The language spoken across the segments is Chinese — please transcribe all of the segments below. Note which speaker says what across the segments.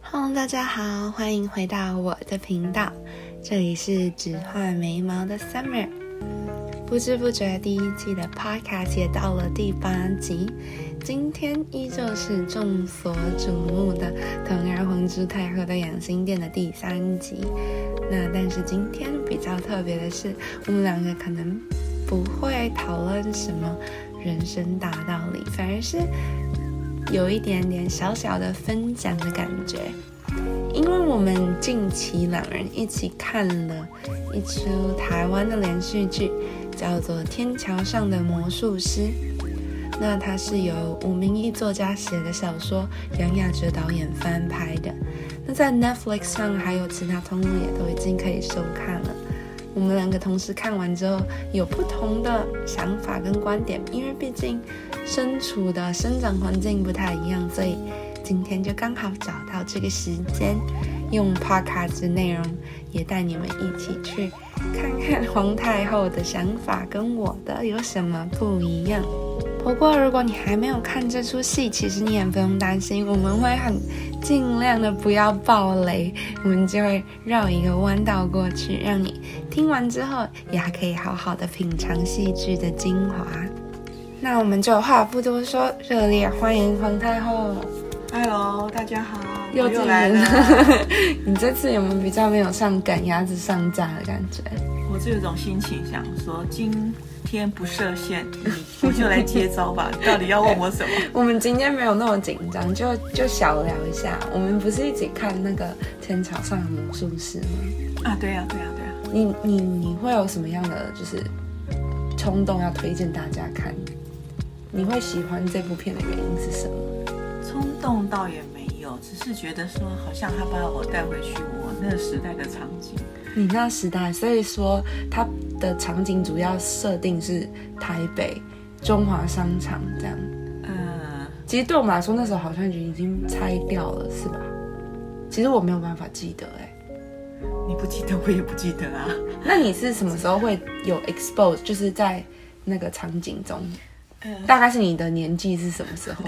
Speaker 1: Hello，大家好，欢迎回到我的频道，这里是只画眉毛的 Summer。不知不觉，第一季的 Podcast 也到了第八集，今天依旧是众所瞩目的藤原魂之太后的养心殿的第三集。那但是今天比较特别的是，我们两个可能不会讨论什么人生大道理，反而是有一点点小小的分享的感觉。因为我们近期两人一起看了一出台湾的连续剧，叫做《天桥上的魔术师》。那它是由吴明义作家写的小说，杨雅哲导演翻拍的。那在 Netflix 上还有其他通路也都已经可以收看了。我们两个同时看完之后，有不同的想法跟观点，因为毕竟身处的生长环境不太一样，所以今天就刚好找到这个时间，用 podcast 内容也带你们一起去看看皇太后的想法跟我的有什么不一样。不过，如果你还没有看这出戏，其实你也不用担心，我们会很尽量的不要爆雷，我们就会绕一个弯道过去，让你听完之后也还可以好好的品尝戏剧的精华。那我们就话不多说，热烈欢迎皇太后！
Speaker 2: Hello，大家好，
Speaker 1: 幼
Speaker 2: 我
Speaker 1: 稚
Speaker 2: 又来
Speaker 1: 园
Speaker 2: 了，，
Speaker 1: 你这次有没有比较没有上赶鸭子上架的感觉？
Speaker 2: 我是有一种心情想说，今天不设 限，我就来接招吧。到底要问我什么？
Speaker 1: 我们今天没有那么紧张，就就小聊一下。我们不是一起看那个《天桥上的魔术师》吗？
Speaker 2: 啊，对呀、对呀、对呀、
Speaker 1: 你你你会有什么样的就是冲动要推荐大家看？你会喜欢这部片的原因是什么？
Speaker 2: 冲动倒也没有，只是觉得说，好像他把我带回去我那个时代的场景。
Speaker 1: 你那时代，所以说它的场景主要设定是台北中华商场这样。
Speaker 2: 呃，
Speaker 1: 其实对我们来说，那时候好像已经拆掉了，是吧？其实我没有办法记得哎、
Speaker 2: 你不记得，我也不记得啊。
Speaker 1: 那你是什么时候会有 expose？就是在那个场景中，
Speaker 2: 嗯
Speaker 1: 大概是你的年纪是什么时 候？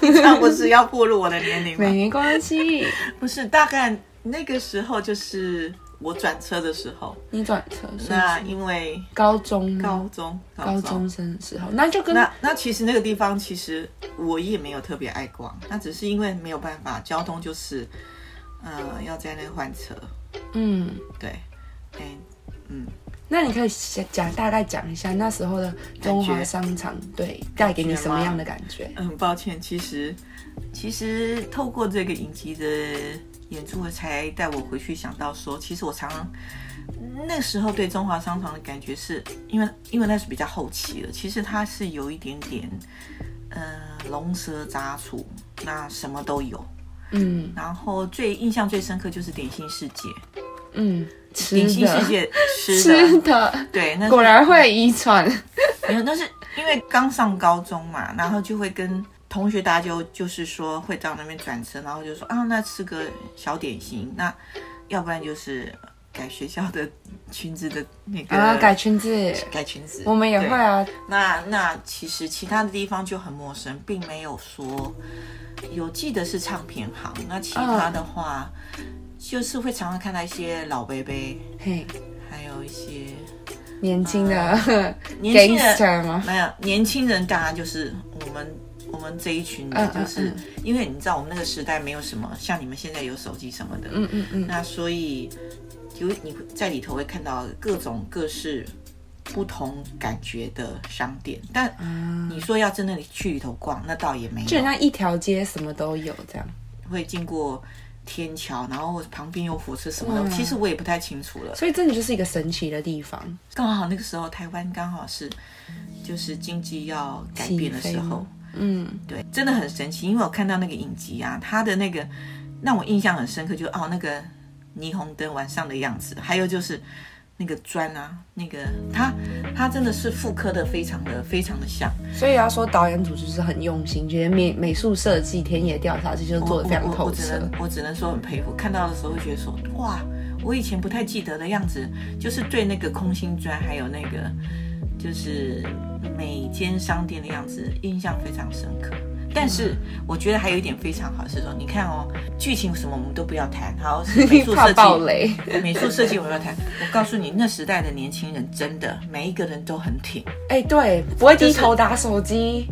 Speaker 2: 你这样不是要暴露我的年龄 吗？
Speaker 1: 没关 系，
Speaker 2: 不是，大概那个时候就是我转车的时候。
Speaker 1: 你转车是不是
Speaker 2: 那因为
Speaker 1: 高中吗
Speaker 2: 高中，
Speaker 1: 嗯高中生的时候，那就跟
Speaker 2: 那那其实那个地方，其实我也没有特别爱逛，那只是因为没有办法，交通就是，呃，要在那换车，
Speaker 1: 嗯，
Speaker 2: 对，哎，嗯，
Speaker 1: 那你可以先讲大概讲一下那时候的中华商场对带给你什么样的感觉？
Speaker 2: 很抱歉，其实其实透过这个影集的演出，才带我回去想到说，其实我常常那时候对中华商场的感觉是，因为因为那是比较后期了，其实它是有一点点，呃，龙蛇杂处，那什么都有。
Speaker 1: 嗯
Speaker 2: 然后最印象最深刻就是点心世界，
Speaker 1: 嗯，吃
Speaker 2: 点心世
Speaker 1: 的
Speaker 2: 界吃的，
Speaker 1: 吃的，
Speaker 2: 对，那是
Speaker 1: 果然会嗯遗传。
Speaker 2: 没有，那是因为刚上高中嘛，然后就会跟同学搭就就是说会到那边转车，然后就说啊，那吃个小点心，那要不然就是改学校的裙子的那个
Speaker 1: 啊，改裙子，
Speaker 2: 改裙子，
Speaker 1: 我们也
Speaker 2: 对
Speaker 1: 会啊，
Speaker 2: 那那其实其他的地方就很陌生，并没有说有记得是唱片行。那其
Speaker 1: 嗯
Speaker 2: 他的话，就是会常常看到一些老伯伯，
Speaker 1: 嘿，
Speaker 2: 还有一些
Speaker 1: 年轻的
Speaker 2: 年轻人。
Speaker 1: gangster 吗？
Speaker 2: 没有年轻人，当然就是我们我们这一群
Speaker 1: 嗯
Speaker 2: 人，
Speaker 1: 嗯
Speaker 2: 就是、因为你知道我们那个时代没有什么像你们现在有手机什么的，
Speaker 1: 嗯嗯嗯，
Speaker 2: 那所以有你会在里头会看到各种各式不同感觉的商店，但
Speaker 1: 啊，
Speaker 2: 你说要真的去里头逛，那倒也没
Speaker 1: 就很
Speaker 2: 有，
Speaker 1: 像一条街什么都有这样。
Speaker 2: 会经过天桥，然后旁边有火车什么的，
Speaker 1: 嗯
Speaker 2: 其实我也不太清楚了。
Speaker 1: 所以真的就是一个神奇的地方。
Speaker 2: 刚好那个时候台湾刚好是就是经济要改变的时
Speaker 1: 起飞
Speaker 2: 候
Speaker 1: 吗，嗯，
Speaker 2: 对，真的很神奇。因为我看到那个影集啊，它的那个让我印象很深刻，就是哦那个霓虹灯晚上的样子，还有就是。那个砖啊，那个它它真的是复刻的非常的非常的像，
Speaker 1: 所以要说导演组就是很用心，觉得美美术设计、田野调查这些都做
Speaker 2: 我
Speaker 1: 得非常
Speaker 2: 我
Speaker 1: 透
Speaker 2: 我只
Speaker 1: 彻。
Speaker 2: 能我只能说很佩服，看到的时候会觉得说哇，我以前不太记得的样子，就是对那个空心砖还有那个就是每间商店的样子印象非常深刻。但是我觉得还有一点非常好是说，你看哦，剧情什么我们都不要谈，好是美术
Speaker 1: 怕
Speaker 2: 设计，
Speaker 1: 暴雷，
Speaker 2: 美术设计我们要谈。我告诉你，那时代的年轻人真的每一个人都很挺，
Speaker 1: 哎、对，不会低头打手机，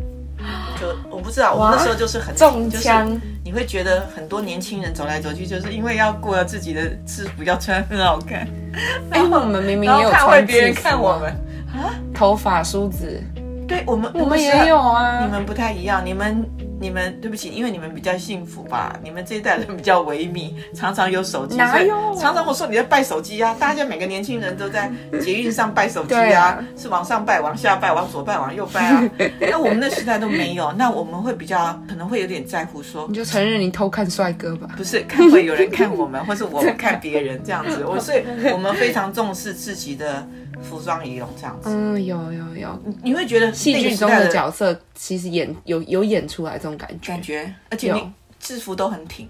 Speaker 2: 就我不知道，我
Speaker 1: 哇
Speaker 2: 那时候就是很
Speaker 1: 中
Speaker 2: 就是
Speaker 1: 枪，
Speaker 2: 你会觉得很多年轻人走来走去，就是因为要顾了自己的制服要穿很好看，
Speaker 1: 哎、我们明明
Speaker 2: 然
Speaker 1: 也
Speaker 2: 后
Speaker 1: 有
Speaker 2: 怕会
Speaker 1: 穿
Speaker 2: 别人
Speaker 1: 制服
Speaker 2: 看我
Speaker 1: 啊
Speaker 2: 们。
Speaker 1: 头发梳子，
Speaker 2: 对我们，
Speaker 1: 我们
Speaker 2: 不是啊
Speaker 1: 也有啊。
Speaker 2: 你们不太一样，你们你们对不起，因为你们比较幸福吧，你们这一代人比较维密，常常有手机，
Speaker 1: 哪
Speaker 2: 所以
Speaker 1: 有啊
Speaker 2: 常常我说你在拜手机啊，大家每个年轻人都在捷运上拜手机
Speaker 1: 对
Speaker 2: 啊，
Speaker 1: 啊
Speaker 2: 是往上拜、往下拜、往左拜、往右拜 啊。那我们那时代都没有，那我们会比较可能会有点在乎说
Speaker 1: 你。就承认你偷看帅哥吧。
Speaker 2: 不是看会有人看我 们，或是我们看别人这样子，我所以我们非常重视自己的服装仪容这样子。
Speaker 1: 嗯，有有有，
Speaker 2: 你会觉得
Speaker 1: 戏
Speaker 2: 那
Speaker 1: 剧
Speaker 2: 个时
Speaker 1: 中
Speaker 2: 代
Speaker 1: 的角色其实演有有演出来这种感觉，
Speaker 2: 感觉，而且
Speaker 1: 有
Speaker 2: 你制服都很挺。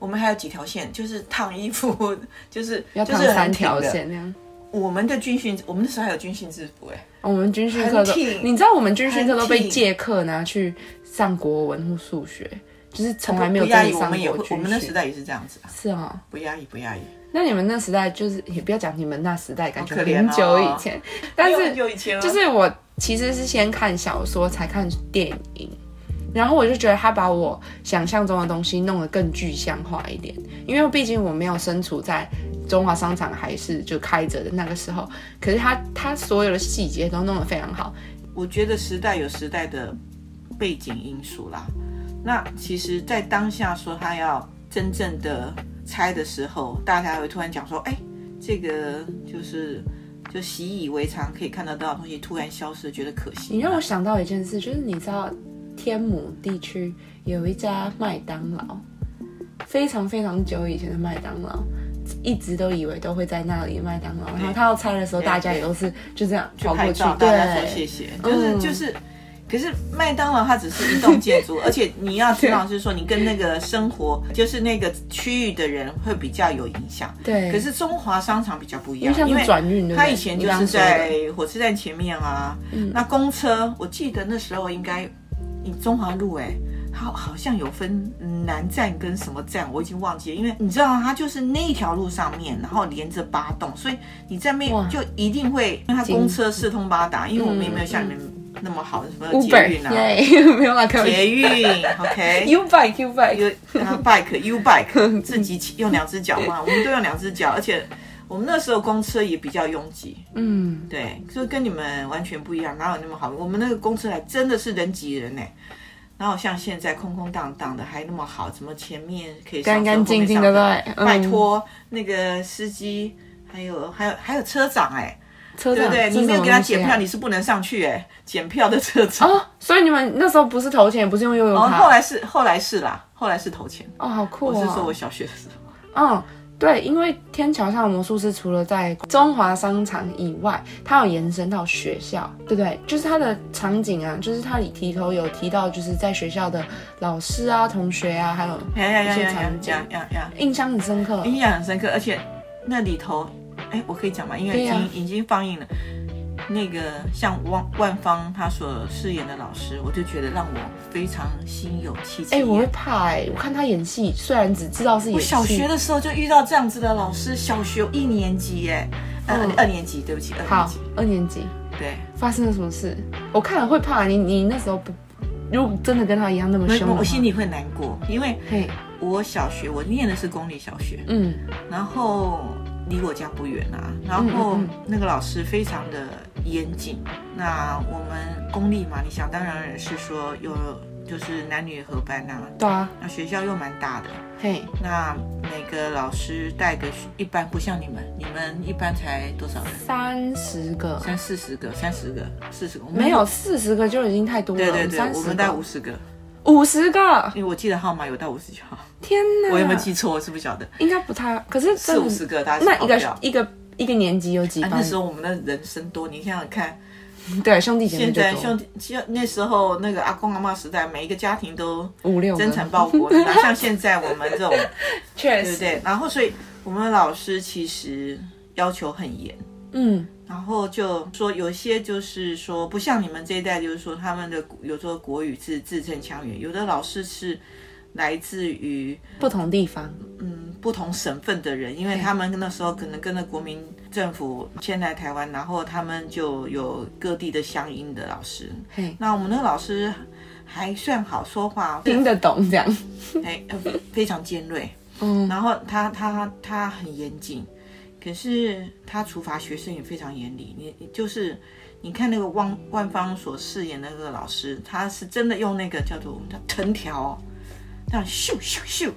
Speaker 2: 我们还有几条线，就是烫衣服， 就是
Speaker 1: 要
Speaker 2: 就是
Speaker 1: 烫
Speaker 2: 很
Speaker 1: 三
Speaker 2: 挺
Speaker 1: 条
Speaker 2: 的。
Speaker 1: 线那样。
Speaker 2: 我们的军训，我们那时候还有军训制服、哎，
Speaker 1: 哦我们军训课都，
Speaker 2: 很挺
Speaker 1: 你知道我们军训课都
Speaker 2: 很
Speaker 1: 被
Speaker 2: 挺
Speaker 1: 借课拿去上国文或数学，就是从来没有
Speaker 2: 不压
Speaker 1: 真
Speaker 2: 抑，
Speaker 1: 的
Speaker 2: 我
Speaker 1: 上
Speaker 2: 们也
Speaker 1: 过
Speaker 2: 会，我们那
Speaker 1: 军
Speaker 2: 时
Speaker 1: 训。
Speaker 2: 代也是这样子啊，
Speaker 1: 是哦，
Speaker 2: 不压抑，不压抑。
Speaker 1: 那你们那时代就是也不要讲你们那时代，感觉
Speaker 2: 好可怜
Speaker 1: 很
Speaker 2: 哦哎
Speaker 1: 久以前，但
Speaker 2: 又
Speaker 1: 是
Speaker 2: 很久以前了，啊
Speaker 1: 就是我其实是先看小说，才看电影，然后我就觉得他把我想象中的东西弄得更具象化一点，因为毕竟我没有身处在中华商场还是就开着的那个时候，可是他他所有的细节都弄得非常好，
Speaker 2: 我觉得时代有时代的背景因素啦。那其实，在当下说他要真正的拆的时候，大家会突然讲说：“哎，这个就是就习以为常可以看得到的东西，突然消失，觉得可惜。”
Speaker 1: 你让我想到一件事，就是你知道天母地区有一家麦当劳，非常非常久以前的麦当劳，一直都以为都会在那里麦当劳，然后他要拆的时候，
Speaker 2: 嗯对
Speaker 1: 大家也都是就这样
Speaker 2: 去
Speaker 1: 跑过
Speaker 2: 拍
Speaker 1: 去
Speaker 2: 照，，大家说谢
Speaker 1: 对，
Speaker 2: 谢，就是、
Speaker 1: 嗯
Speaker 2: 就是。可是麦当劳它只是一栋建 筑，而且你要知道是说你跟那个生活，就是那个区域的人会比较有影响。
Speaker 1: 对
Speaker 2: 可是中华商场比较不一
Speaker 1: 因为
Speaker 2: 样，
Speaker 1: 像
Speaker 2: 因为
Speaker 1: 是转运，对不对
Speaker 2: 他以前
Speaker 1: 你
Speaker 2: 就
Speaker 1: 刚
Speaker 2: 是
Speaker 1: 刚说
Speaker 2: 在
Speaker 1: 的嗯
Speaker 2: 火车站前面啊，那公车，我记得那时候应该，你中华路哎、好好像有分南站跟什么站，我已经忘记了，因为你知道它就是那一条路上面，然后连着八栋，所以你在面
Speaker 1: 哇
Speaker 2: 就一定会，因为它公车四通八达，因为我们也没有像你们那么好的什么捷运
Speaker 1: Uber，
Speaker 2: 啊，
Speaker 1: 耶， 没有啦，可以
Speaker 2: 捷运 OK。
Speaker 1: U bike U bike，
Speaker 2: 有啊 bike U bike 自己骑用两只脚嘛，我们都用两只脚，而且我们那时候公车也比较拥挤，
Speaker 1: 嗯，
Speaker 2: 对，就跟你们完全不一样，哪有那么好？我们那个公车还真的是人挤人呢、哪有像现在空空荡荡的还那么好？怎么前面可以上
Speaker 1: 干
Speaker 2: 车
Speaker 1: 干净净的
Speaker 2: 后面上
Speaker 1: 对，
Speaker 2: 车
Speaker 1: 嗯
Speaker 2: 拜，托、那个司机，还有还有还有车长哎、
Speaker 1: 车
Speaker 2: 对
Speaker 1: 长
Speaker 2: 不对？
Speaker 1: 这
Speaker 2: 你没
Speaker 1: 什
Speaker 2: 有
Speaker 1: 么
Speaker 2: 给他
Speaker 1: 东西
Speaker 2: 检
Speaker 1: 啊
Speaker 2: 票，你是不能上去哎、检票的车长。
Speaker 1: 哦，所以你们那时候不是投钱，也不是用悠游
Speaker 2: 然哦后后
Speaker 1: 卡，
Speaker 2: 来是后来是啦，后来是投钱。
Speaker 1: 哦，好酷
Speaker 2: 我
Speaker 1: 哦，
Speaker 2: 是说我小学的时候，
Speaker 1: 嗯，对，因为天桥上的魔术师除了在中华商场以外，它有延伸到学校，对不对？就是它的场景啊，就是它里提头有提到，就是在学校的老师啊、同学啊，还有
Speaker 2: 呀呀呀
Speaker 1: 一些
Speaker 2: 呀呀
Speaker 1: 场景
Speaker 2: 呀呀呀，
Speaker 1: 印象很深刻。
Speaker 2: 印象很深刻，而且那里头，哎，我可以讲吗？因为已
Speaker 1: 对
Speaker 2: 经、
Speaker 1: 呀
Speaker 2: 已经放映了。那个像万万芳她所饰演的老师，我就觉得让我非常心有戚戚
Speaker 1: 哎、我会
Speaker 2: 焉。
Speaker 1: 怕哎、我看他演戏，虽然只知道是
Speaker 2: 我
Speaker 1: 演戏，
Speaker 2: 小学的时候就遇到这样子的老师，小学一年级哎，呃、
Speaker 1: 嗯
Speaker 2: 二年级，对不起，二年
Speaker 1: 好
Speaker 2: 级，
Speaker 1: 二年级
Speaker 2: 对。
Speaker 1: 发生了什么事？我看了会怕，你你那时候不，如果真的跟他一样那么凶的
Speaker 2: 我
Speaker 1: 话，
Speaker 2: 我心里会难过，因为
Speaker 1: 嘿，
Speaker 2: 我小学我念的是公立小学，
Speaker 1: 嗯，
Speaker 2: 然后离我家不远啊，然后
Speaker 1: 嗯嗯
Speaker 2: 那个老师非常的严谨。那我们公立嘛，你想当然是说有就是男女合班啊，
Speaker 1: 对啊，
Speaker 2: 那学校又蛮大的，
Speaker 1: 嘿，
Speaker 2: 那每个老师带个学一般不像你们，你们一般才多少人？
Speaker 1: 三十个，
Speaker 2: 三四十个，三十个，四十个，我们
Speaker 1: 没有。四十个就已经太多了，
Speaker 2: 对对对，
Speaker 1: 30个
Speaker 2: 我们带五十个，
Speaker 1: 五十个，
Speaker 2: 因为我记得号码有到五十九号，
Speaker 1: 天哪！
Speaker 2: 我有没有记错？我是不晓得，
Speaker 1: 应该不太，可是
Speaker 2: 四
Speaker 1: 真
Speaker 2: 五
Speaker 1: 的
Speaker 2: 十个大家是
Speaker 1: 那
Speaker 2: 跑
Speaker 1: 一
Speaker 2: 不了
Speaker 1: 个。一个一个年级有几
Speaker 2: 啊
Speaker 1: 班？
Speaker 2: 那时候我们的人生多，你想想看，
Speaker 1: 对兄弟姐妹
Speaker 2: 现
Speaker 1: 就
Speaker 2: 在
Speaker 1: 多
Speaker 2: 兄弟，像那时候那个阿公阿妈时代，每一个家庭都
Speaker 1: 五六
Speaker 2: 增
Speaker 1: 个，
Speaker 2: 产报国，哪像现在我们这种，
Speaker 1: 确
Speaker 2: 对不
Speaker 1: 实，
Speaker 2: 对？然后，所以我们老师其实要求很严，
Speaker 1: 嗯，
Speaker 2: 然后就说有些就是说不像你们这一代，就是说他们的有时候国语是字正腔圆，有的老师是来自于
Speaker 1: 不同地方，
Speaker 2: 嗯不同省份的人，因为他们那时候可能跟着国民政府迁来台湾，然后他们就有各地的乡音的老师。
Speaker 1: 嘿，
Speaker 2: 那我们那个老师还算好说话，
Speaker 1: 听得懂这样。
Speaker 2: 哎、呃非常尖锐，
Speaker 1: 嗯，
Speaker 2: 然后他他他很严谨，可是他处罚学生也非常严厉。你你就是你看那个万万芳所饰演的那个老师，他是真的用那个叫做我们叫藤条、哦，这样咻咻咻。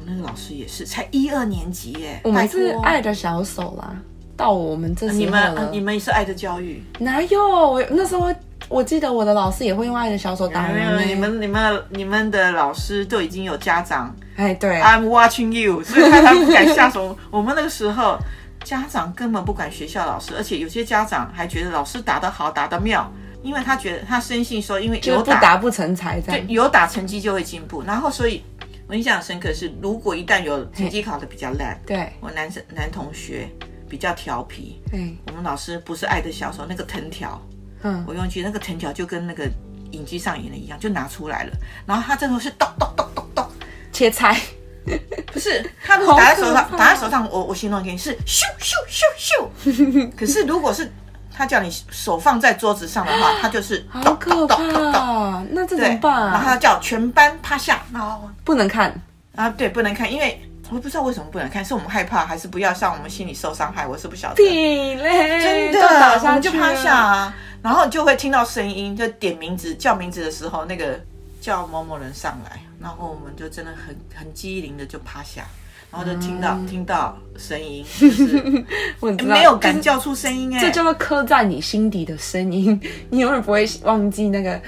Speaker 2: 我们那个老师也是，才一二年级耶，
Speaker 1: 我们是
Speaker 2: 拜托
Speaker 1: 爱的小手啦，到我们这时候
Speaker 2: 你们、
Speaker 1: 了，
Speaker 2: 啊你们也是爱的教育，
Speaker 1: 哪有？我那时候我记得我的老师也会用爱的小手打
Speaker 2: 没
Speaker 1: 人、
Speaker 2: 有
Speaker 1: 呢。
Speaker 2: 你们你们你们的老师都已经有家长
Speaker 1: 哎，对，
Speaker 2: I'm watching you，所以他他不敢下手。我们那个时候，家长根本不管学校老师，而且有些家长还觉得老师打得好，打得妙，因为他觉得他深信说，因为
Speaker 1: 就是
Speaker 2: 有
Speaker 1: 不
Speaker 2: 打
Speaker 1: 打不成才这
Speaker 2: 对
Speaker 1: 样。
Speaker 2: 有打成绩就会进步。然后所以我印象深刻是，如果一旦有成绩考得比较烂，
Speaker 1: 对，
Speaker 2: 我男生男同学比较调皮，
Speaker 1: 哎，
Speaker 2: 我们老师不是爱的小手那个藤条，
Speaker 1: 嗯，
Speaker 2: 我用去那个藤条就跟那个影集上演的一样，就拿出来了。然后他这时候是咚咚咚咚咚。
Speaker 1: 切菜，
Speaker 2: 不是，他如果打在手
Speaker 1: 好可
Speaker 2: 上，
Speaker 1: 怕
Speaker 2: 打在手上，我我形容给你是咻咻咻 咻。可是如果是他叫你手放在桌子上的 话，他就是
Speaker 1: 好可怕
Speaker 2: 咚咚咚咚
Speaker 1: 那这怎
Speaker 2: 对
Speaker 1: 么，办
Speaker 2: 然后他
Speaker 1: 啊？
Speaker 2: 叫全班趴下，然后
Speaker 1: 不能看，
Speaker 2: 啊对，不能看，因为我也不知道为什么不能看，是我们害怕，还是不要让我们心里受伤害？我是不晓得。
Speaker 1: 屁嘞，
Speaker 2: 真的
Speaker 1: 就倒，
Speaker 2: 我
Speaker 1: 下
Speaker 2: 们
Speaker 1: 去
Speaker 2: 就
Speaker 1: 了
Speaker 2: 趴下。啊，然后你就会听到声音，就点名字叫名字的时候，那个叫某某人上来，然后我们就真的很很机灵的就趴下，然后就听到、听到 声音，就是、
Speaker 1: 我嗯知道
Speaker 2: 没有敢，叫出声音哎、
Speaker 1: 这就会刻在你心底的声音， 你永远不会忘记那个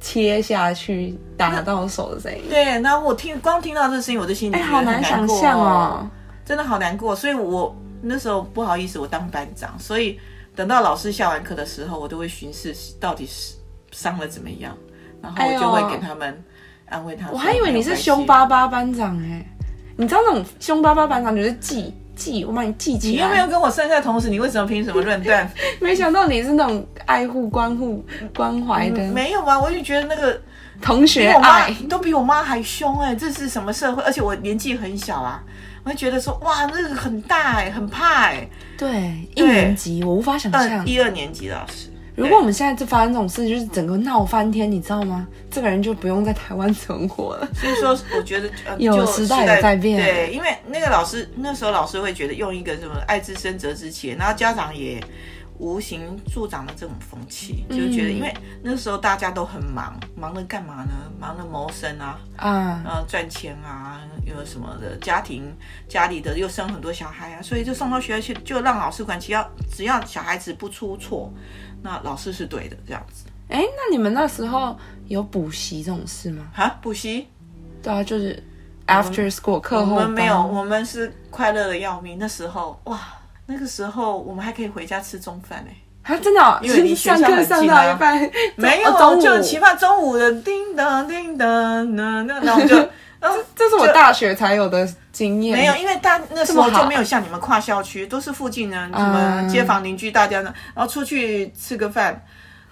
Speaker 1: 切下去打到手的声音。
Speaker 2: 对，然后我听光听到这声音，我就心里
Speaker 1: 哎，
Speaker 2: 觉得
Speaker 1: 好
Speaker 2: 很
Speaker 1: 难想
Speaker 2: 过
Speaker 1: 象哦。
Speaker 2: 真的好难过，所以我那时候不好意思，我当班长，所以等到老师下完课的时候，我都会巡视到底是伤了怎么样，然后
Speaker 1: 哎
Speaker 2: 我
Speaker 1: 呦
Speaker 2: 就会给他们安慰他
Speaker 1: 哎
Speaker 2: 哎们。
Speaker 1: 我还以为你是凶
Speaker 2: 巴，
Speaker 1: 巴巴班长哎、你知道那种凶巴巴班长就是记记，我把你记
Speaker 2: 你
Speaker 1: 起
Speaker 2: 又没有
Speaker 1: 来。
Speaker 2: 跟我剩下的同时，你为什么凭什么 论断？
Speaker 1: 没想到你是那种爱护、关护、关怀的
Speaker 2: 没有啊，我就觉得那个
Speaker 1: 同学
Speaker 2: 比我妈
Speaker 1: 爱，
Speaker 2: 都比我妈还凶哎、这是什么社会？而且我年纪很小啊，我就觉得说哇，那个很大哎、很怕哎、
Speaker 1: 对嗯一年级我无法想
Speaker 2: 二
Speaker 1: 象。
Speaker 2: 一二年级的老师，
Speaker 1: 如果我们现在就发生这种事，就是整个闹翻天，你知道吗？这个人就不用在台湾存活了。
Speaker 2: 所以说，我觉得、呃、
Speaker 1: 有
Speaker 2: 就
Speaker 1: 时代有在变
Speaker 2: 对，因为那个老师那时候老师会觉得用一个什么“爱之深，责之切”，然后家长也无形助长了这种风气，
Speaker 1: 嗯
Speaker 2: 就觉得、因为那时候大家都很忙，忙着干嘛呢？忙着谋生啊，
Speaker 1: 啊，
Speaker 2: 呃，赚钱啊，有什么的，家庭家里的又生很多小孩啊，所以就送到学校去，就让老师管，只要只要小孩子不出错，那老师是对的，这样子
Speaker 1: 哎、那你们那时候有补习这种事吗？
Speaker 2: 啊，补习。
Speaker 1: 对啊，就是 after school 课后
Speaker 2: 我们没有，
Speaker 1: 班
Speaker 2: 我们是快乐的要命。那时候哇，那个时候我们还可以回家吃中饭哎、
Speaker 1: 啊，真的、哦，
Speaker 2: 因为离学 校
Speaker 1: 上课
Speaker 2: 很
Speaker 1: 上
Speaker 2: 近
Speaker 1: 到
Speaker 2: 啊
Speaker 1: 一半，
Speaker 2: 没有，啊
Speaker 1: 哦中午
Speaker 2: 就起码中午的叮当叮当，那那然后就。嗯，
Speaker 1: 这是我大学才有的经验。
Speaker 2: 没有，，因为大那时候
Speaker 1: 这么好
Speaker 2: 就没有像你们跨校区，都是附近人什
Speaker 1: 嗯
Speaker 2: 么街坊邻居大家呢，然后出去吃个饭，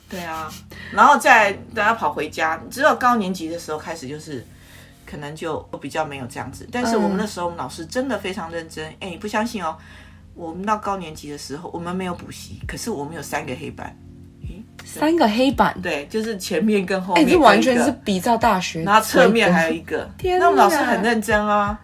Speaker 2: 对啊，然后再大家跑回家。直到高年级的时候开始，就是可能就比较没有这样子。但是我们那时候，我们老师真的非常认真。哎、你不相信哦，我们到高年级的时候，我们没有补习，可是我们有三个黑板，
Speaker 1: 三个黑板，
Speaker 2: 对，就是前面跟后
Speaker 1: 哎、
Speaker 2: 面各一
Speaker 1: 这
Speaker 2: 个，
Speaker 1: 完全是比照大学，
Speaker 2: 然后侧面还有一个。
Speaker 1: 天哪
Speaker 2: 那我们老师很认真啊，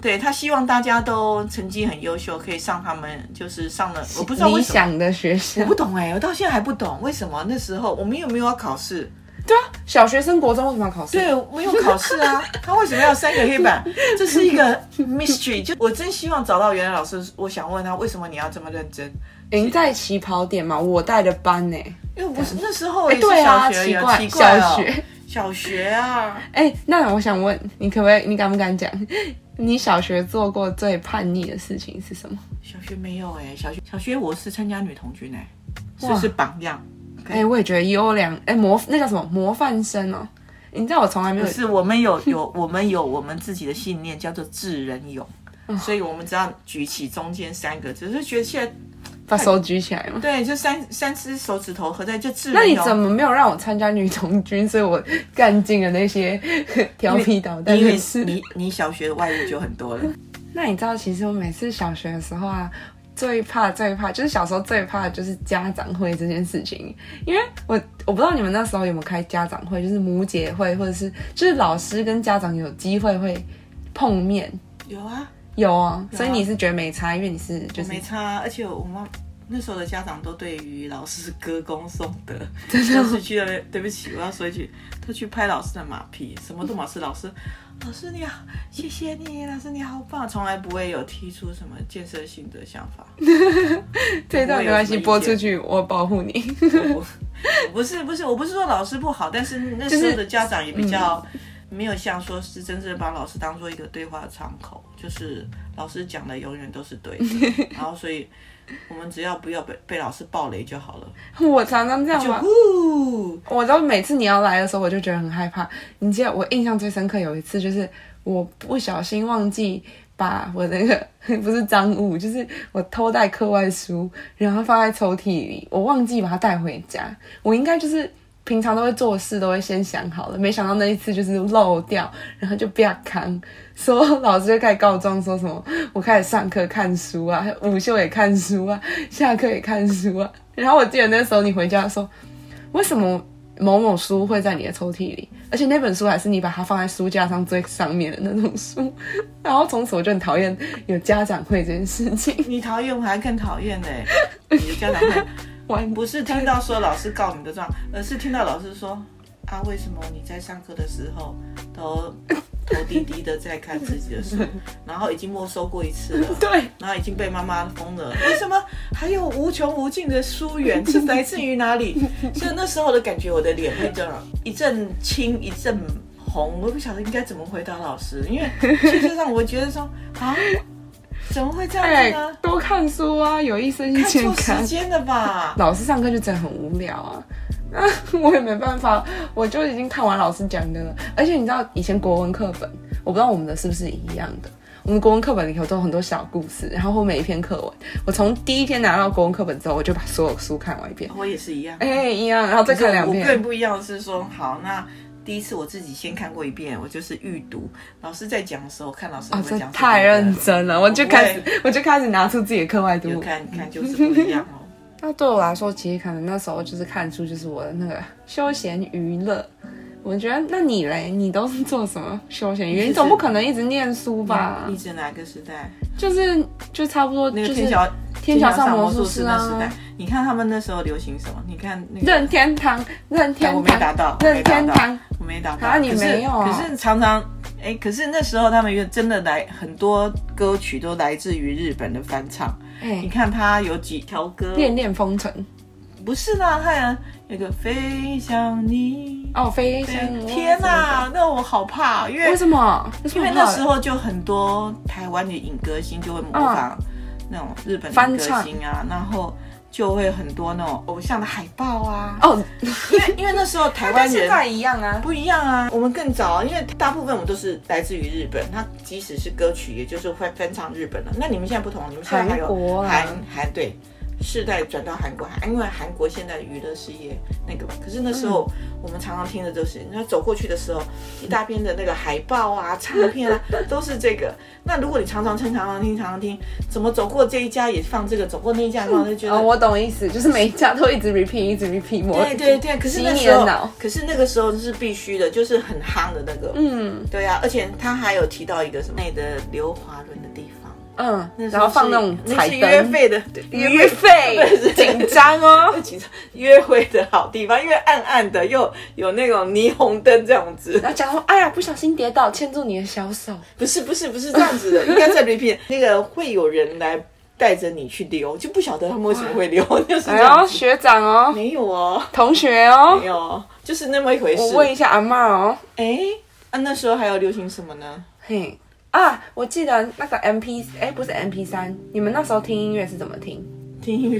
Speaker 2: 对他希望大家都成绩很优秀，可以上他们就是上了，我不知道为
Speaker 1: 理
Speaker 2: 什么。
Speaker 1: 想的学
Speaker 2: 我
Speaker 1: 生。
Speaker 2: 不懂哎、我到现在还不懂为什么那时候我们有没有要考试？
Speaker 1: 对啊，小学生、国中为什么要考试？
Speaker 2: 对，没有考试 啊，他为什么要三个黑板？这是一个 mystery。就我真希望找到原来老师，我想问他为什么你要这么认真？
Speaker 1: 赢在起跑点嘛，我带的班呢、
Speaker 2: 因为不是那时候
Speaker 1: 哎
Speaker 2: 也是
Speaker 1: 对啊
Speaker 2: 小学呀、
Speaker 1: 奇怪
Speaker 2: 奇怪哦
Speaker 1: 小学
Speaker 2: 小学啊，
Speaker 1: 哎、那我想问你，可不可以？你敢不敢讲？你小学做过最叛逆的事情是什么？
Speaker 2: 小学没有哎、小学小学我是参加女童军哎、
Speaker 1: 哇
Speaker 2: 这是榜样。
Speaker 1: 哎、我也觉得优良，哎、模那叫什么模范生哦。你知道我从来没有
Speaker 2: 可是我们有有我们有我们自己的信
Speaker 1: 哦
Speaker 2: 念，叫做智人勇，所以我们只要举起中间三个，只是觉得现在
Speaker 1: 把手举起来吗？
Speaker 2: 对，就三三只手指头合在就智人
Speaker 1: 那你
Speaker 2: 妖
Speaker 1: 怎么没有让我参加女童军？所以我干尽了那些 调皮捣蛋
Speaker 2: 因
Speaker 1: 的
Speaker 2: 为
Speaker 1: 事。
Speaker 2: 你你小学的外物就很多 了，
Speaker 1: 那你知道，其实我每次小学的时候啊，最怕最怕就是小时候最怕的就是家长会这件事情，因为我我不知道你们那时候有没有开家长会，就是母姐会，或者是就是老师跟家长有机会会碰面。
Speaker 2: 有啊，
Speaker 1: 有啊，
Speaker 2: 有啊
Speaker 1: 所以你是觉得没差，因为你是就
Speaker 2: 我
Speaker 1: 是
Speaker 2: 没差啊，而且我妈那时候的家长都对于老师是歌功颂 德，
Speaker 1: 的
Speaker 2: 当时去了，对不起，我要说一句，他去拍老师的马屁，什么都马是老师，老师你好，谢谢你，老师你好棒，从来不会有提出什么建设性的想法。
Speaker 1: 这一段没关系，
Speaker 2: 我有什么意见
Speaker 1: 播出去我保护你。
Speaker 2: 我不是不是，我不是说老师不好，但是那时候的家长也比较没有像说是真正把老师当做一个对话窗口，就是老师讲的永远都是对的，然后所以我们只要不要被被老师暴雷就好了，
Speaker 1: 我常常这样
Speaker 2: 就
Speaker 1: 吗？
Speaker 2: 呼，
Speaker 1: 我知道每次你要来的时候，我就觉得很害怕。你记得我印象最深刻有一次，就是我不小心忘记把我那个不是赃物，就是我偷带课外书，然后放在抽屉里，我忘记把它带回家。我应该就是平常都会做事，都会先想好了，没想到那一次就是漏掉，然后就不要扛，说老师就开始告状，说什么我开始上课看书啊，午休也看书啊，下课也看书啊。然后我记得那时候你回家说。为什么某某书会在你的抽屉里？而且那本书还是你把它放在书架上最上面的那种书。然后从此我就很讨厌有家长会这件事情。
Speaker 2: 你讨厌我还更讨厌呢，你的家长会。
Speaker 1: 完
Speaker 2: 不是听到说老师告你的状，而是听到老师说啊，为什么你在上课的时候都头低低的在看自己的书，然后已经没收过一次了。
Speaker 1: 对，
Speaker 2: 然后已经被妈妈封了，为什么还有无穷无尽的疏远是来自于哪 里？所以那时候的感觉，我的脸会这样一阵青一阵红，我不晓得应该怎么回答老师，因为事实上我觉得说啊，怎么会这样
Speaker 1: 哎
Speaker 2: 子呢？，
Speaker 1: 多看书啊，有益身心
Speaker 2: 看
Speaker 1: 健
Speaker 2: 错时
Speaker 1: 康。
Speaker 2: 间了 吧？
Speaker 1: 老师上课就真的很无聊啊。 那我也没办法，我就已经看完老师讲的了。而且你知道，以前国文课本，我不知道我们的是不是一样的。我们国文课本里头都有很多小故事，然后或每一篇课文。我从第一天拿到国文课本之后，我就把所有书看完一遍。
Speaker 2: 我也是一样。
Speaker 1: 哎、一样，然后再看两
Speaker 2: 我个人
Speaker 1: 遍。
Speaker 2: 不一样的是说，好，那第一次我自己先看过一遍，我就是预读，老师在讲的时候，看老师
Speaker 1: 啊，
Speaker 2: 怎
Speaker 1: 这
Speaker 2: 么讲。
Speaker 1: 太认真了，我就开
Speaker 2: 不
Speaker 1: 始，我就开始拿出自己的课外读
Speaker 2: 就
Speaker 1: 物。
Speaker 2: 看看就是不一样哦。
Speaker 1: 那对我来说，其实可能那时候就是看书，就是我的那个休闲娱乐。我觉得，那你嘞，你都是做什么休闲娱乐？
Speaker 2: 其实
Speaker 1: 你总不可能一直念书吧
Speaker 2: 你？指哪个时代？
Speaker 1: 就是就差不多，
Speaker 2: 那
Speaker 1: 啊哦就
Speaker 2: 个
Speaker 1: 是
Speaker 2: 天桥
Speaker 1: 天桥上魔
Speaker 2: 魔
Speaker 1: 术
Speaker 2: 师
Speaker 1: 师
Speaker 2: 那时代
Speaker 1: 啊，，
Speaker 2: 你看他们那时候流行什么？你看那个。
Speaker 1: 任天堂，任
Speaker 2: 哎
Speaker 1: 天
Speaker 2: 我没达
Speaker 1: 堂，
Speaker 2: 到，我没
Speaker 1: 任
Speaker 2: 达
Speaker 1: 天
Speaker 2: 到，
Speaker 1: 堂，
Speaker 2: 我没达到。
Speaker 1: 啊你
Speaker 2: 可是
Speaker 1: 没有啊
Speaker 2: 可是常常，哎，可是那时候他们又真的来很多歌曲都来自于日本的翻唱。
Speaker 1: 哎
Speaker 2: 你，看他有几条歌，
Speaker 1: 恋恋风尘，
Speaker 2: 不是啦，他有有个飞向你。
Speaker 1: 哦，飞
Speaker 2: 对
Speaker 1: 向
Speaker 2: 哎天哪、那我好怕，因为
Speaker 1: 为什么？
Speaker 2: 因
Speaker 1: 因
Speaker 2: 为那时候就很多台湾的影歌星就会模仿那种日本的
Speaker 1: 嗯翻
Speaker 2: 歌
Speaker 1: 唱
Speaker 2: 星啊，然后就会很多那种偶像的海报 啊，
Speaker 1: 哦，
Speaker 2: 因为因为那时候台
Speaker 1: 它
Speaker 2: 湾
Speaker 1: 跟现
Speaker 2: 人
Speaker 1: 在一样啊。
Speaker 2: 不一样啊，我们更早，因为大部分我们都是来自于日本，它即使是歌曲，也就是翻翻唱日本的。那你们现在不同，你们现在还有
Speaker 1: 韩国啊
Speaker 2: 韩韩对。世代转到韩国，因为韩国现在的娱乐事业那个嘛，可是那时候我们常常听的都是，那走过去的时候，一大片的那个海报啊、唱 片啊，都是这个。那如果你常常听、常常听、常常听，怎么走过这一家也放这个，走过那一家也放，就觉 得、
Speaker 1: 哦，我懂意思，就是每一家都一直 repeat，一直 repeat，模
Speaker 2: 对对对，可是那
Speaker 1: 洗你
Speaker 2: 时
Speaker 1: 的
Speaker 2: 候
Speaker 1: 脑，
Speaker 2: 可是那个时候是必须的，就是很夯的那个，
Speaker 1: 嗯
Speaker 2: 对啊，而且他还有提到一个什么那的刘华伦的地方，
Speaker 1: 嗯
Speaker 2: 那，时
Speaker 1: 然
Speaker 2: 候
Speaker 1: 后放
Speaker 2: 是
Speaker 1: 那种
Speaker 2: 那
Speaker 1: 彩
Speaker 2: 是约
Speaker 1: 灯，
Speaker 2: 费的
Speaker 1: 约 费，紧张哦。
Speaker 2: 其实 约会的好地方，因为暗暗的又有那种霓虹灯这样子，
Speaker 1: 然后假装哎呀不小心跌倒，牵住你的小手，
Speaker 2: 不是不是不是这样子的，应该在 repeat 那个会有人来带着你去溜，就不晓得他们为什么会 溜，就是这
Speaker 1: 哎
Speaker 2: 样
Speaker 1: 呦
Speaker 2: 子，
Speaker 1: 学长哦，
Speaker 2: 没有哦，
Speaker 1: 同学哦
Speaker 2: 没，有哦，就是那么一回事
Speaker 1: 我。问一下阿妈哦，
Speaker 2: 哎，啊那时候还有流行什么呢？
Speaker 1: 嘿啊，我记得那个 M P 哎不是 M P 三，你们那时候听音乐是怎么听？
Speaker 2: 听音乐，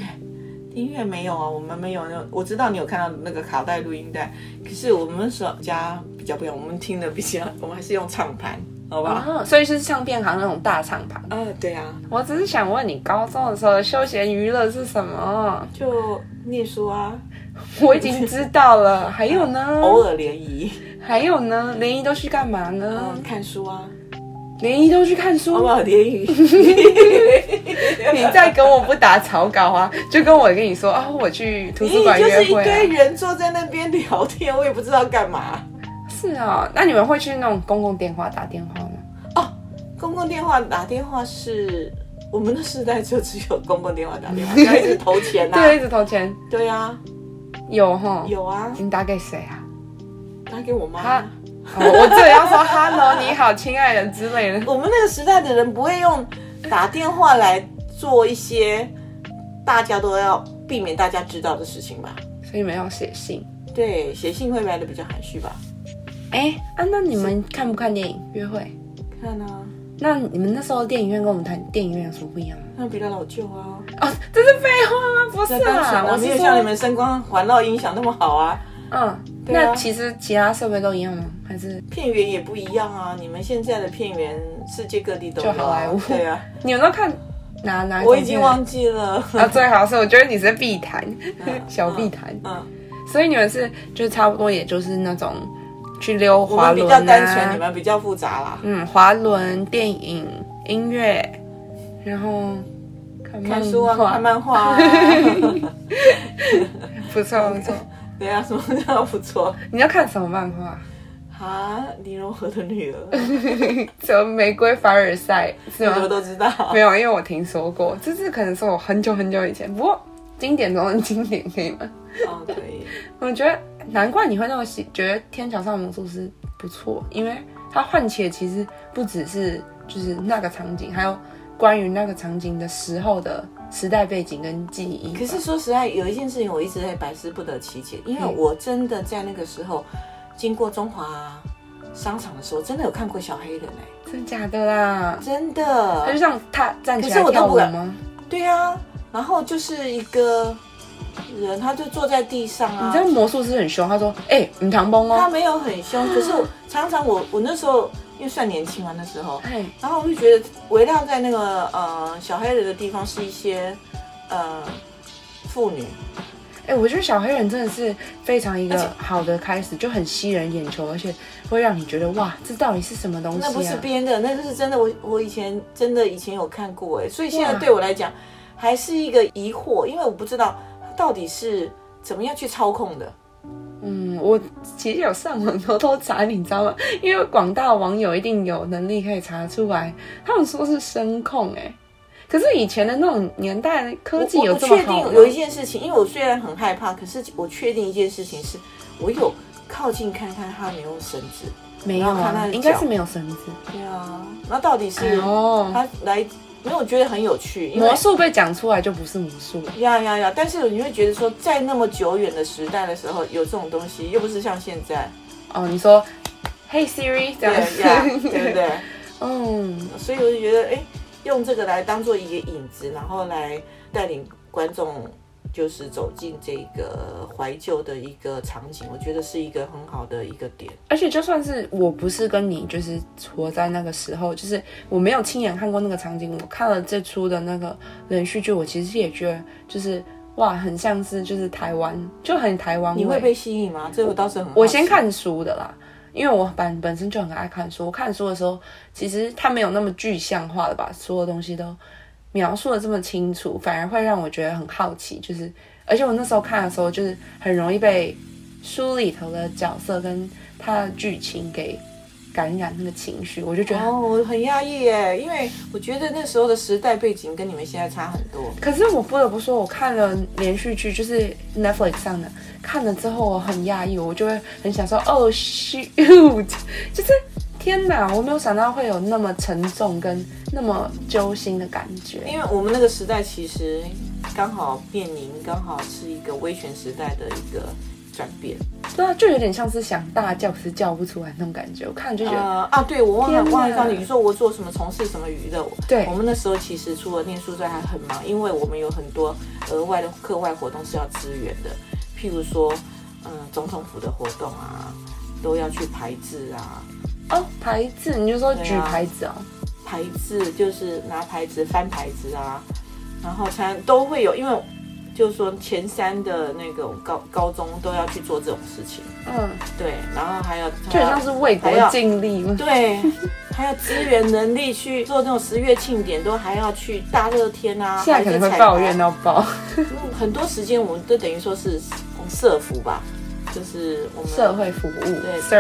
Speaker 2: 听音乐没有啊，我们没有那。我知道你有看到那个卡带录音带，可是我们那时候家比较不一样，我们听的比较，我们还是用唱盘。好吧？
Speaker 1: 哦，所以是唱片行那种大唱盘。
Speaker 2: 啊，对啊，
Speaker 1: 我只是想问你，高中的时候的休闲娱乐是什么？
Speaker 2: 就念书啊，
Speaker 1: 我已经知道了。还有 呢？
Speaker 2: 偶尔联谊，
Speaker 1: 还有呢？联谊都去干嘛呢
Speaker 2: 嗯，？看书啊，
Speaker 1: 联谊都去看
Speaker 2: 偶
Speaker 1: 书。
Speaker 2: 尔联谊，
Speaker 1: 你再跟我不打草稿啊，就跟我跟你说啊，我去 图
Speaker 2: 你
Speaker 1: 书馆
Speaker 2: 就
Speaker 1: 约
Speaker 2: 是一
Speaker 1: 会、
Speaker 2: 堆
Speaker 1: 啊。
Speaker 2: 人坐在那边聊天，我也不知道干嘛。
Speaker 1: 是啊、那你们会去那种公共电话打电话吗？
Speaker 2: 公共电话打电话是我们的时代就只有公共电话打电 话，要一直投钱呐、啊
Speaker 1: 对，一直投钱。
Speaker 2: 对啊，
Speaker 1: 有哈？
Speaker 2: 有啊，
Speaker 1: 你打给谁啊？
Speaker 2: 打给我妈
Speaker 1: 啊。哦、我这里要说 “hello，你 好，亲爱的”之类的。
Speaker 2: 我们那个时代的人不会用打电话来做一些大家都要避免大家知道的事情吧？
Speaker 1: 所以你们要写信。
Speaker 2: 对，写信会来的比较含蓄吧？
Speaker 1: 哎、啊，那你们看不看电影约会？
Speaker 2: 看啊，
Speaker 1: 那你们那时候电影院跟我们谈电影院有什么不一样吗？
Speaker 2: 那比较老旧啊。
Speaker 1: 哦，这是废话吗？不是
Speaker 2: 那当
Speaker 1: 啊，
Speaker 2: 然
Speaker 1: 我
Speaker 2: 我
Speaker 1: 是
Speaker 2: 没有
Speaker 1: 说
Speaker 2: 像你们声光环绕音响那么好啊，
Speaker 1: 嗯，
Speaker 2: 对啊
Speaker 1: 那其实其他设备都一样吗？还是
Speaker 2: 片源也不一样啊。你们现在的片源世界各地都有、啊，
Speaker 1: 就好莱坞
Speaker 2: 对 啊，
Speaker 1: 你们都看哪哪一种片？
Speaker 2: 我已经忘记 了。
Speaker 1: 啊，最好是我觉得你是必 谈，
Speaker 2: 嗯
Speaker 1: 小必谈，
Speaker 2: 嗯，
Speaker 1: 所以你们是就差不多，也就是那种去溜
Speaker 2: 我
Speaker 1: 滑
Speaker 2: 们比
Speaker 1: 轮
Speaker 2: 较单纯，你
Speaker 1: 啊，
Speaker 2: 们比较复杂啦。
Speaker 1: 嗯，滑轮、电影、音乐，然后看漫
Speaker 2: 看书啊，
Speaker 1: 画
Speaker 2: 看漫画 啊，
Speaker 1: 不错不错。
Speaker 2: 对啊，什么都不错。
Speaker 1: 你要看什么漫画？
Speaker 2: 啊，林荣和的 女儿，
Speaker 1: 什么玫瑰凡尔赛是
Speaker 2: 我
Speaker 1: 吗？
Speaker 2: 都知道。
Speaker 1: 没有，因为我听说过，这是可能是我很久很久以前，不过经典中的经典可以吗？
Speaker 2: 哦，可以。
Speaker 1: 我觉得难怪你会那么喜，觉得《天桥上的魔术师》不错，因为它唤起的其实不只是就是那个场景，还有关于那个场景的时候的时代背景跟记忆吧。
Speaker 2: 可是说实在，有一件事情我一直在百思不得其解，因为
Speaker 1: 嗯
Speaker 2: 我真的在那个时候经过中华商场的时候，真的有看过小黑人哎、
Speaker 1: 真假的啦，
Speaker 2: 真
Speaker 1: 他就
Speaker 2: 的。
Speaker 1: 像他站起
Speaker 2: 可是
Speaker 1: 来
Speaker 2: 我都
Speaker 1: 跳
Speaker 2: 不
Speaker 1: 舞
Speaker 2: 敢
Speaker 1: 吗？
Speaker 2: 对啊，然后就是一个人，他就坐在地上啊，
Speaker 1: 你知道魔术师很凶，他说：“哎、你唐崩
Speaker 2: 他
Speaker 1: 哦。
Speaker 2: 没有很凶，可 是我常常我我那时候因为算年轻嘛那时候”，
Speaker 1: 哎，
Speaker 2: 然后我就觉得围绕在那个呃小黑人的地方是一些呃妇女，
Speaker 1: 哎、我觉得小黑人真的是非常一
Speaker 2: 而且
Speaker 1: 个好的开始，就很吸人眼球，而且会让你觉得哇，这到底是什么东西、啊？
Speaker 2: 那不是编的，那个是真的。我我以前真的以前有看过哎，所以现在
Speaker 1: 哇
Speaker 2: 对我来讲还是一个疑惑，因为我不知道它到底是怎么样去操控的。
Speaker 1: 嗯，我其实有上网偷偷查，你知道吗？因为广大网友一定有能力可以查出来，他们说是声控、欸，可是以前的那种年代，科技
Speaker 2: 我
Speaker 1: 有
Speaker 2: 我
Speaker 1: 这么
Speaker 2: 确定
Speaker 1: 好吗
Speaker 2: 有一件事情，因为我虽然很害怕，可是我确定一件事情是，我有靠近看看他有没有绳子。
Speaker 1: 没有
Speaker 2: 然后看他
Speaker 1: 啊？
Speaker 2: 的
Speaker 1: 应该
Speaker 2: 脚
Speaker 1: 是没有绳子。
Speaker 2: 对啊，那到底是
Speaker 1: 哦，
Speaker 2: 他来？没有，我觉得很有趣，因为
Speaker 1: 魔术被讲出来就不是魔术了。
Speaker 2: 呀呀呀！但是你会觉得说，在那么久远的时代的时候，有这种东西，又不是像现在，
Speaker 1: 哦，你说，Hey Siri 这
Speaker 2: 对
Speaker 1: 样
Speaker 2: 呀，对不
Speaker 1: 子，
Speaker 2: 对？
Speaker 1: 嗯，
Speaker 2: 所以我就觉得，哎，用这个来当做一个引子，然后来带领观众，就是走进这个怀旧的一个场景，我觉得是一个很好的一个点。
Speaker 1: 而且就算是我不是跟你就是活在那个时候，就是我没有亲眼看过那个场景，我看了这出的那个连续剧，我其实也觉得就是哇，很像是就是台湾，就很台湾味。
Speaker 2: 你会被吸引吗？这我倒是很好奇
Speaker 1: 嗯我先，看书的啦，因为我本本身就很爱看书。我看书的时候，其实它没有那么具象化的把所有东西都描述的这么清楚，反而会让我觉得很好奇。就是，而且我那时候看的时候，就是很容易被书里头的角色跟他的剧情给感染那个情绪，我就觉得。
Speaker 2: 哦，我很压抑耶，因为我觉得那时候的时代背景跟你们现在差很多。
Speaker 1: 可是我不得不说，我看了连续剧，就是 Netflix 上的，看了之后我很压抑，我就会很想说，哦、shoot，就是天哪，我没有想到会有那么沉重跟那么揪心的感觉。
Speaker 2: 因为我们那个时代其实刚好面临，刚好是一个威权时代的一个转变。
Speaker 1: 对啊，就有点像是想大叫，可是叫不出来那种感觉。我看了就觉得，
Speaker 2: 呃啊，对，我忘了
Speaker 1: 天哪
Speaker 2: 忘了告诉你，你说我做什么，从事什么娱乐。
Speaker 1: 对
Speaker 2: 我们那时候其实除了念书之外还很忙，因为我们有很多额外的课外活动是要支援的，呃譬如说，嗯、总统府的活动啊，都要去排制啊，
Speaker 1: 哦，牌子，你就说
Speaker 2: 对啊
Speaker 1: 举牌子哦。
Speaker 2: 牌子，就是拿牌子翻牌子啊，然后参都会有，因为就是说前三的那个高高中都要去做这种事情，
Speaker 1: 嗯，
Speaker 2: 对，啊然后还有
Speaker 1: 就很像是为国
Speaker 2: 还要
Speaker 1: 尽力嘛。
Speaker 2: 对，还有资源能力去做那种十月庆典，都还要去大热天啊，
Speaker 1: 现在可能会
Speaker 2: 还是彩排
Speaker 1: 抱怨到爆。
Speaker 2: 嗯很多时间我们都等于说是我们社服吧，就是我们
Speaker 1: 社会服务
Speaker 2: 对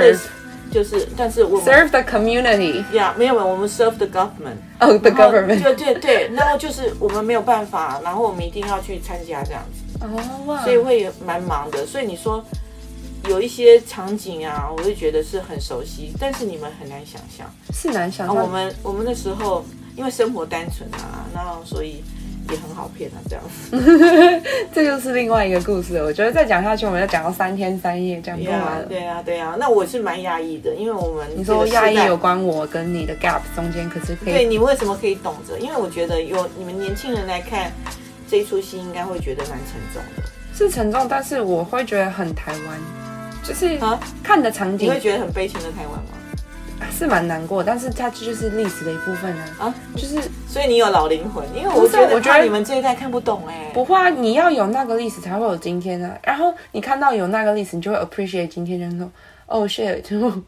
Speaker 2: 类
Speaker 1: ，serve
Speaker 2: 似就是，但是我们
Speaker 1: serve the community
Speaker 2: 呀没有我们 serve the government。
Speaker 1: of the
Speaker 2: 然后
Speaker 1: government。
Speaker 2: 对对对，然后就是我们没有办法，然后我们一定要去参加这样子，
Speaker 1: 哦哇
Speaker 2: 所以会蛮忙的。所以你说有一些场景啊，我会觉得是很熟悉，但是你们很难想象。
Speaker 1: 是难想
Speaker 2: 然哦后我
Speaker 1: 象。
Speaker 2: 们我们那时候因为生活单纯啊，然后所以也很好骗啊，这样子。
Speaker 1: 这就是另外一个故事了。我觉得再讲下去，我们要讲到三天三夜，讲不
Speaker 2: 对
Speaker 1: 完
Speaker 2: 啊
Speaker 1: 了，。
Speaker 2: 对啊，对啊。那我是蛮压抑的，因为我们
Speaker 1: 你
Speaker 2: 这
Speaker 1: 说
Speaker 2: 个时
Speaker 1: 亚
Speaker 2: 代
Speaker 1: 裔有关我跟你的 gap 中间，可是可
Speaker 2: 对
Speaker 1: 以
Speaker 2: 你为什么可以懂着？因为我觉得有你们年轻人来看这一出戏，应该会觉得蛮沉重的
Speaker 1: 是沉重，但是我会觉得很台湾，就是
Speaker 2: 啊。
Speaker 1: 看的场
Speaker 2: 你
Speaker 1: 景
Speaker 2: 会觉得很悲情的台湾吗？
Speaker 1: 是蛮难过，但是它就是历史的一部分啊。
Speaker 2: 啊，
Speaker 1: 就是
Speaker 2: 所以你有老灵魂，因为
Speaker 1: 不
Speaker 2: 我
Speaker 1: 是
Speaker 2: 觉得
Speaker 1: 我觉
Speaker 2: 怕
Speaker 1: 得
Speaker 2: 你们这一代看不懂哎、
Speaker 1: 不会啊，你要有那个历史才会有今天啊。然后你看到有那个历史，你就会 appreciate 今天，就是说，oh shit，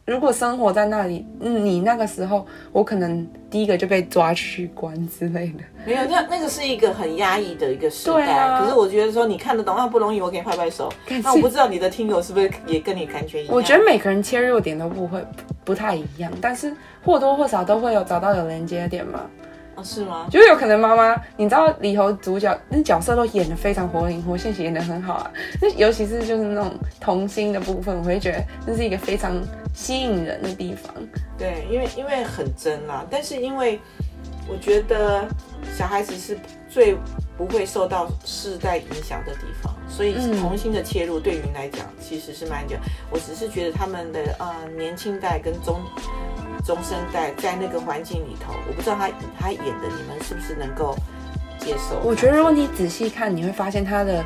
Speaker 1: 如 果生活在那里，嗯，你那个时候，我可能第一个就被抓去关之类的。
Speaker 2: 没有，那那个是一个很压抑的一个时
Speaker 1: 对
Speaker 2: 代。
Speaker 1: 啊
Speaker 2: 可是我觉得说你看得懂，啊那不容易，我给你拍拍手。
Speaker 1: 感谢
Speaker 2: 那我不知道你的听友是不是也跟你感觉一样？
Speaker 1: 啊我觉得每个人切入点都不会不太一样，但是或多或少都会有找到有连接点嘛。
Speaker 2: 哦、是吗？
Speaker 1: 就是有可能妈妈，你知道里头主角那角色都演得非常活灵活现，演得很好啊。那尤其是就是那种童心的部分，我会觉得那是一个非常吸引人的地方。
Speaker 2: 对，因为因为很真啦，但是因为我觉得小孩子是最不会受到世代影响的地方，所以
Speaker 1: 嗯
Speaker 2: 童心的切入对于你来讲其实是蛮久。我只是觉得他们的呃年轻代跟中中生代在那个环境里头，我不知道他他演的你们是不是能够接受。
Speaker 1: 我觉得如果你仔细看，你会发现它的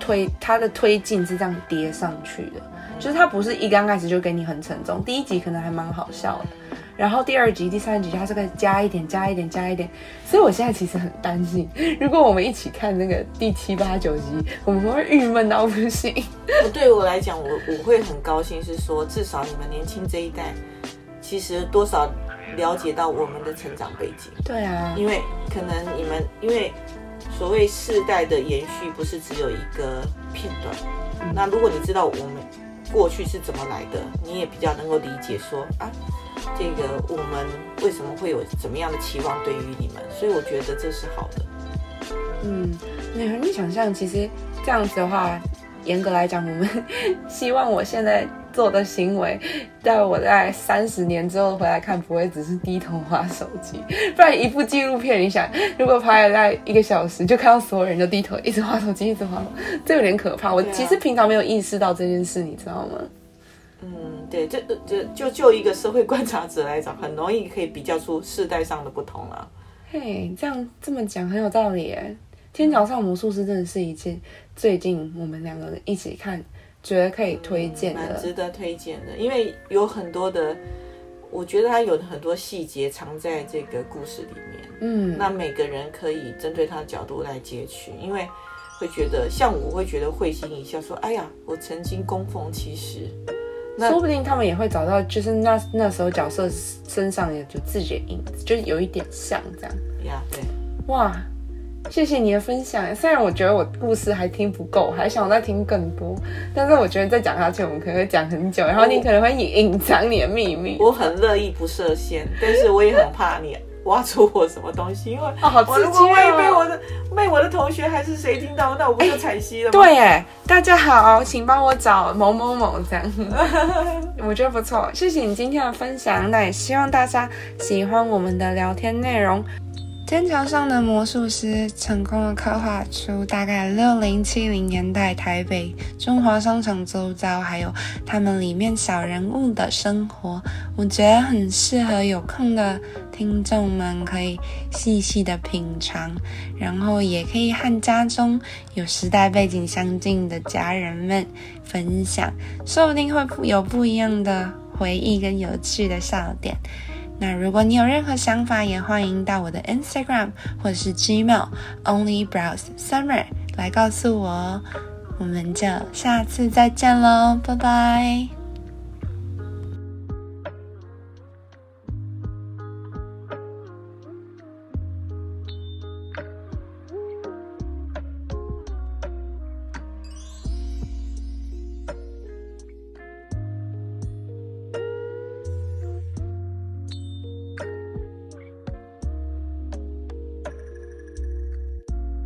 Speaker 1: 推它的推进是这样叠上去的，就是它不是一刚开始就给你很沉重，第一集可能还蛮好笑的，然后第二集、第三集它是个加一点、加一点、加一点，所以我现在其实很担心，如果我们一起看那个第七、八、九集，我们会郁闷到不行。
Speaker 2: 我对我来讲，我我会很高兴，是说至少你们年轻这一代，其实多少了解到我们的成长背景。
Speaker 1: 对啊，
Speaker 2: 因为可能你们因为所谓世代的延续，不是只有一个片段。
Speaker 1: 嗯
Speaker 2: 那如果你知道我们过去是怎么来的，你也比较能够理解说啊，这个我们为什么会有怎么样的期望对于你们，所以我觉得这是好的。
Speaker 1: 嗯，你很难想象，其实这样子的话，严格来讲，我们 希望我现在做的行为，在我在三十年之后回来看，不会只是低头划手机，不然一部纪录片，你想，如果拍了大概一个小时，就看到所有人都低头一直划手机，一直划，这有点可怕。我
Speaker 2: 对啊
Speaker 1: 其实平常没有意识到这件事，你知道吗？
Speaker 2: 嗯，对，这这就就一个社会观察者来讲，很容易可以比较出世代上的不同啊。
Speaker 1: 嘿，这样这么讲很有道理耶。天桥上魔术师真的是一件最近我们两个人一起看，觉得可以推荐
Speaker 2: 嗯蛮
Speaker 1: 的。
Speaker 2: 值得推荐的，因为有很多的，我觉得它有很多细节藏在这个故事里面。
Speaker 1: 嗯，
Speaker 2: 那每个人可以针对他的角度来截取，因为会觉得像我会觉得会心一笑，说：“哎呀，我曾经供奉其实。那
Speaker 1: 说不定他们也会找到，就是那那时候角色身上也有自己的影子，就是有一点像这样。”
Speaker 2: 呀，对，
Speaker 1: 哇，谢谢你的分享。虽然我觉得我故事还听不够，还想再听更多，但是我觉得再讲下去，我们可能会讲很久，然后
Speaker 2: 哦
Speaker 1: 你可能会隐隐藏你的秘密。
Speaker 2: 我很乐意不设限，但是我也很怕你挖出我什么东西，因为
Speaker 1: 哦，好刺
Speaker 2: 我如
Speaker 1: 激
Speaker 2: 果万一被我
Speaker 1: 哦！
Speaker 2: 的被我的同学还是谁听到，那我不就惨兮了吗？
Speaker 1: 对，哎，大家好，请帮我找某某某这样，我觉得不错。谢谢你今天的分享，那也希望大家喜欢我们的聊天内容。天桥上的魔术师成功的刻画出大概六零七零年代台北中华商场周遭，还有他们里面小人物的生活，我觉得很适合有空的听众们可以细细的品尝，然后也可以和家中有时代背景相近的家人们分享，说不定会不有不一样的回忆跟有趣的笑点。那如果你有任何想法，也欢迎到我的 Instagram 或者是 Gmail Only Browse Summer 来告诉我哦。我们就下次再见喽，拜拜。